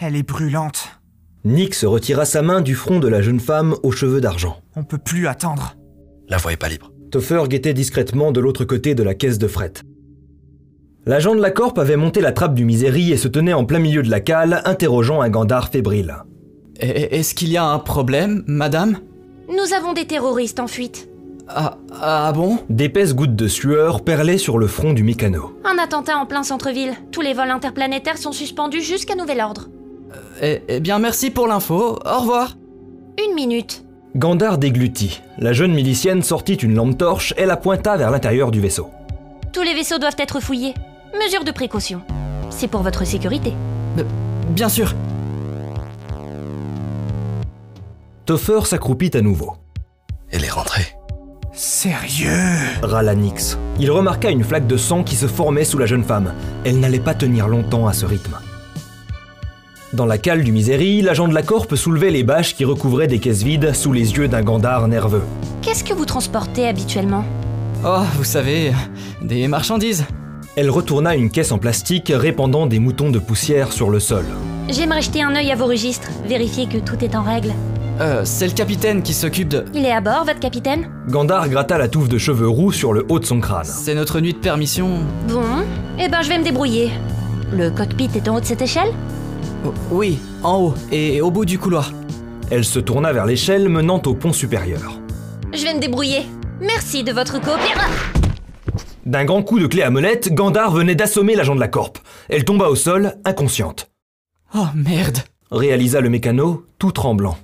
Elle est brûlante. Nix retira sa main du front de la jeune femme aux cheveux d'argent. On peut plus attendre. La voie est pas libre. Topher guettait discrètement de l'autre côté de la caisse de fret. L'agent de la Corp avait monté la trappe du Miséry et se tenait en plein milieu de la cale, interrogeant un gandard fébrile. E- Est-ce qu'il y a un problème, madame Nous avons des terroristes en fuite. ah, ah bon D'épaisses gouttes de sueur perlaient sur le front du mécano. Un attentat en plein centre-ville. Tous les vols interplanétaires sont suspendus jusqu'à nouvel ordre. eh, eh bien, merci pour l'info. Au revoir. Une minute. Gandar déglutit. La jeune milicienne sortit une lampe torche et la pointa vers l'intérieur du vaisseau. Tous les vaisseaux doivent être fouillés. Mesure de précaution. C'est pour votre sécurité. Bien sûr. Topher s'accroupit à nouveau. Elle est rentrée. Sérieux Râla Nix. Il remarqua une flaque de sang qui se formait sous la jeune femme. Elle n'allait pas tenir longtemps à ce rythme. Dans la cale du Miséry, l'agent de la Corp soulevait les bâches qui recouvraient des caisses vides sous les yeux d'un Gandar nerveux. Qu'est-ce que vous transportez habituellement Oh, vous savez, des marchandises. Elle retourna une caisse en plastique répandant des moutons de poussière sur le sol. J'aimerais jeter un œil à vos registres, vérifier que tout est en règle. Euh, c'est le capitaine qui s'occupe de. Il est à bord, votre capitaine Gandar gratta la touffe de cheveux roux sur le haut de son crâne. C'est notre nuit de permission. Bon, eh ben je vais me débrouiller. Le cockpit est en haut de cette échelle O- oui, en haut et au bout du couloir. Elle se tourna vers l'échelle menant au pont supérieur. Je vais me débrouiller. Merci de votre coopération. D'un grand coup de clé à molette, Gandar venait d'assommer l'agent de la Corp. Elle tomba au sol, inconsciente. Oh merde. Réalisa le mécano, tout tremblant.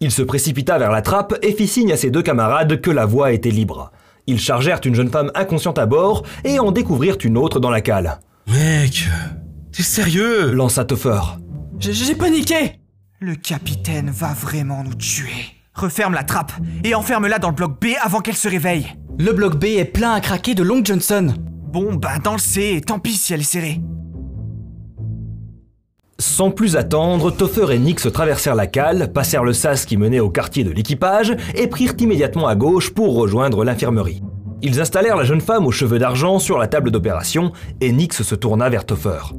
Il se précipita vers la trappe et fit signe à ses deux camarades que la voie était libre. Ils chargèrent une jeune femme inconsciente à bord et en découvrirent une autre dans la cale. Mec, t'es sérieux Lança Topher. J'ai- J'ai paniqué. Le capitaine va vraiment nous tuer. Referme la trappe et enferme-la dans le bloc B avant qu'elle se réveille. Le bloc B est plein à craquer de Long Johnson. Bon, ben dans le C, et tant pis si elle est serrée. Sans plus attendre, Topher et Nix traversèrent la cale, passèrent le sas qui menait au quartier de l'équipage et prirent immédiatement à gauche pour rejoindre l'infirmerie. Ils installèrent la jeune femme aux cheveux d'argent sur la table d'opération et Nix se tourna vers Topher.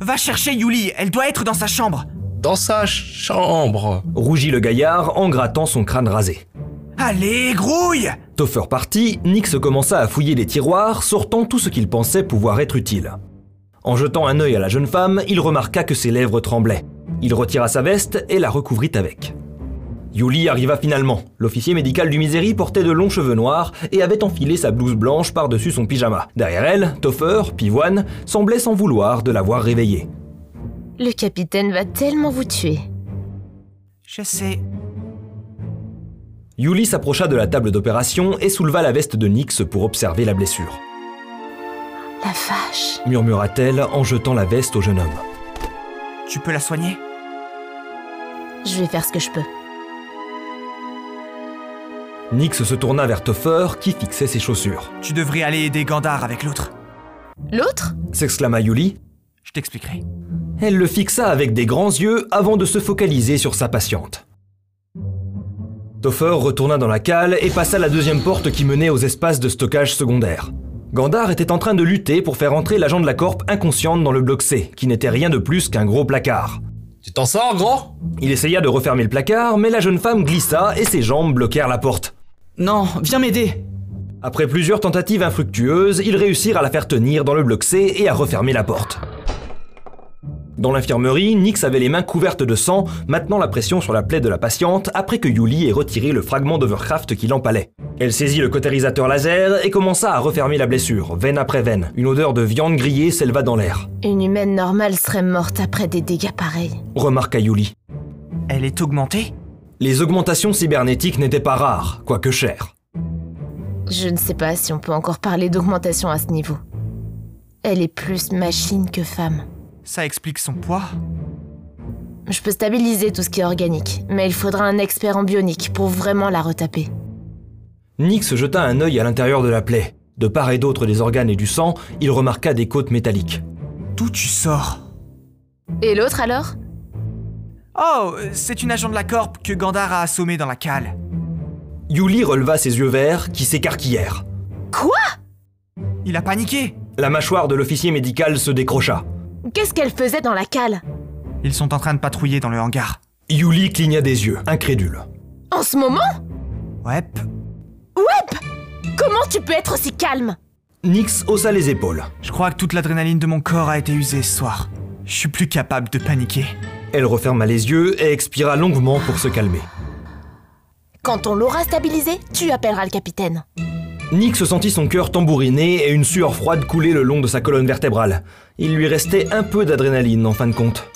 Va chercher Yuli, elle doit être dans sa chambre. Dans sa chambre. Rougit le gaillard en grattant son crâne rasé. Allez, grouille Topher parti, Nix commença à fouiller les tiroirs, sortant tout ce qu'il pensait pouvoir être utile. En jetant un œil à la jeune femme, il remarqua que ses lèvres tremblaient. Il retira sa veste et la recouvrit avec. Yuli arriva finalement. L'officier médical du Miséry portait de longs cheveux noirs et avait enfilé sa blouse blanche par-dessus son pyjama. Derrière elle, Topher, pivoine, semblait sans vouloir de l'avoir réveillée. Le capitaine va tellement vous tuer. Je sais. Yuli s'approcha de la table d'opération et souleva la veste de Nix pour observer la blessure. La vache. Murmura-t-elle en jetant la veste au jeune homme. Tu peux la soigner Je vais faire ce que je peux. Nix se tourna vers Topher qui fixait ses chaussures. Tu devrais aller aider Gandar avec l'autre. L'autre S'exclama Yuli. Je t'expliquerai. Elle le fixa avec des grands yeux avant de se focaliser sur sa patiente. Topher retourna dans la cale et passa la deuxième porte qui menait aux espaces de stockage secondaire. Gandar était en train de lutter pour faire entrer l'agent de la Corp inconsciente dans le bloc C, qui n'était rien de plus qu'un gros placard. Tu t'en sors, gros Il essaya de refermer le placard, mais la jeune femme glissa et ses jambes bloquèrent la porte. Non, viens m'aider. Après plusieurs tentatives infructueuses, ils réussirent à la faire tenir dans le bloc C et à refermer la porte. Dans l'infirmerie, Nix avait les mains couvertes de sang, maintenant la pression sur la plaie de la patiente après que Yuli ait retiré le fragment d'Overcraft qui l'empalait. Elle saisit le cautérisateur laser et commença à refermer la blessure, veine après veine. Une odeur de viande grillée s'éleva dans l'air. Une humaine normale serait morte après des dégâts pareils. Remarqua Yuli. Elle est augmentée Les augmentations cybernétiques n'étaient pas rares, quoique chères. Je ne sais pas si on peut encore parler d'augmentation à ce niveau. Elle est plus machine que femme. Ça explique son poids. Je peux stabiliser tout ce qui est organique, mais il faudra un expert en bionique pour vraiment la retaper. Nix jeta un œil à l'intérieur de la plaie. De part et d'autre des organes et du sang, il remarqua des côtes métalliques. D'où tu sors Et l'autre alors Oh, c'est une agent de la Corp que Gandar a assommée dans la cale. Yuli releva ses yeux verts qui s'écarquillèrent. Il a paniqué La mâchoire de l'officier médical se décrocha. Qu'est-ce qu'elle faisait dans la cale Ils sont en train de patrouiller dans le hangar. Yuli cligna des yeux, incrédule. En ce moment Ouais, Comment tu peux être aussi calme Nix haussa les épaules. je crois que toute l'adrénaline de mon corps a été usée ce soir. Je suis plus capable de paniquer. Elle referma les yeux et expira longuement pour se calmer. Quand on l'aura stabilisé, tu appelleras le capitaine. Nick se sentit son cœur tambouriner et une sueur froide couler le long de sa colonne vertébrale. Il lui restait un peu d'adrénaline en fin de compte.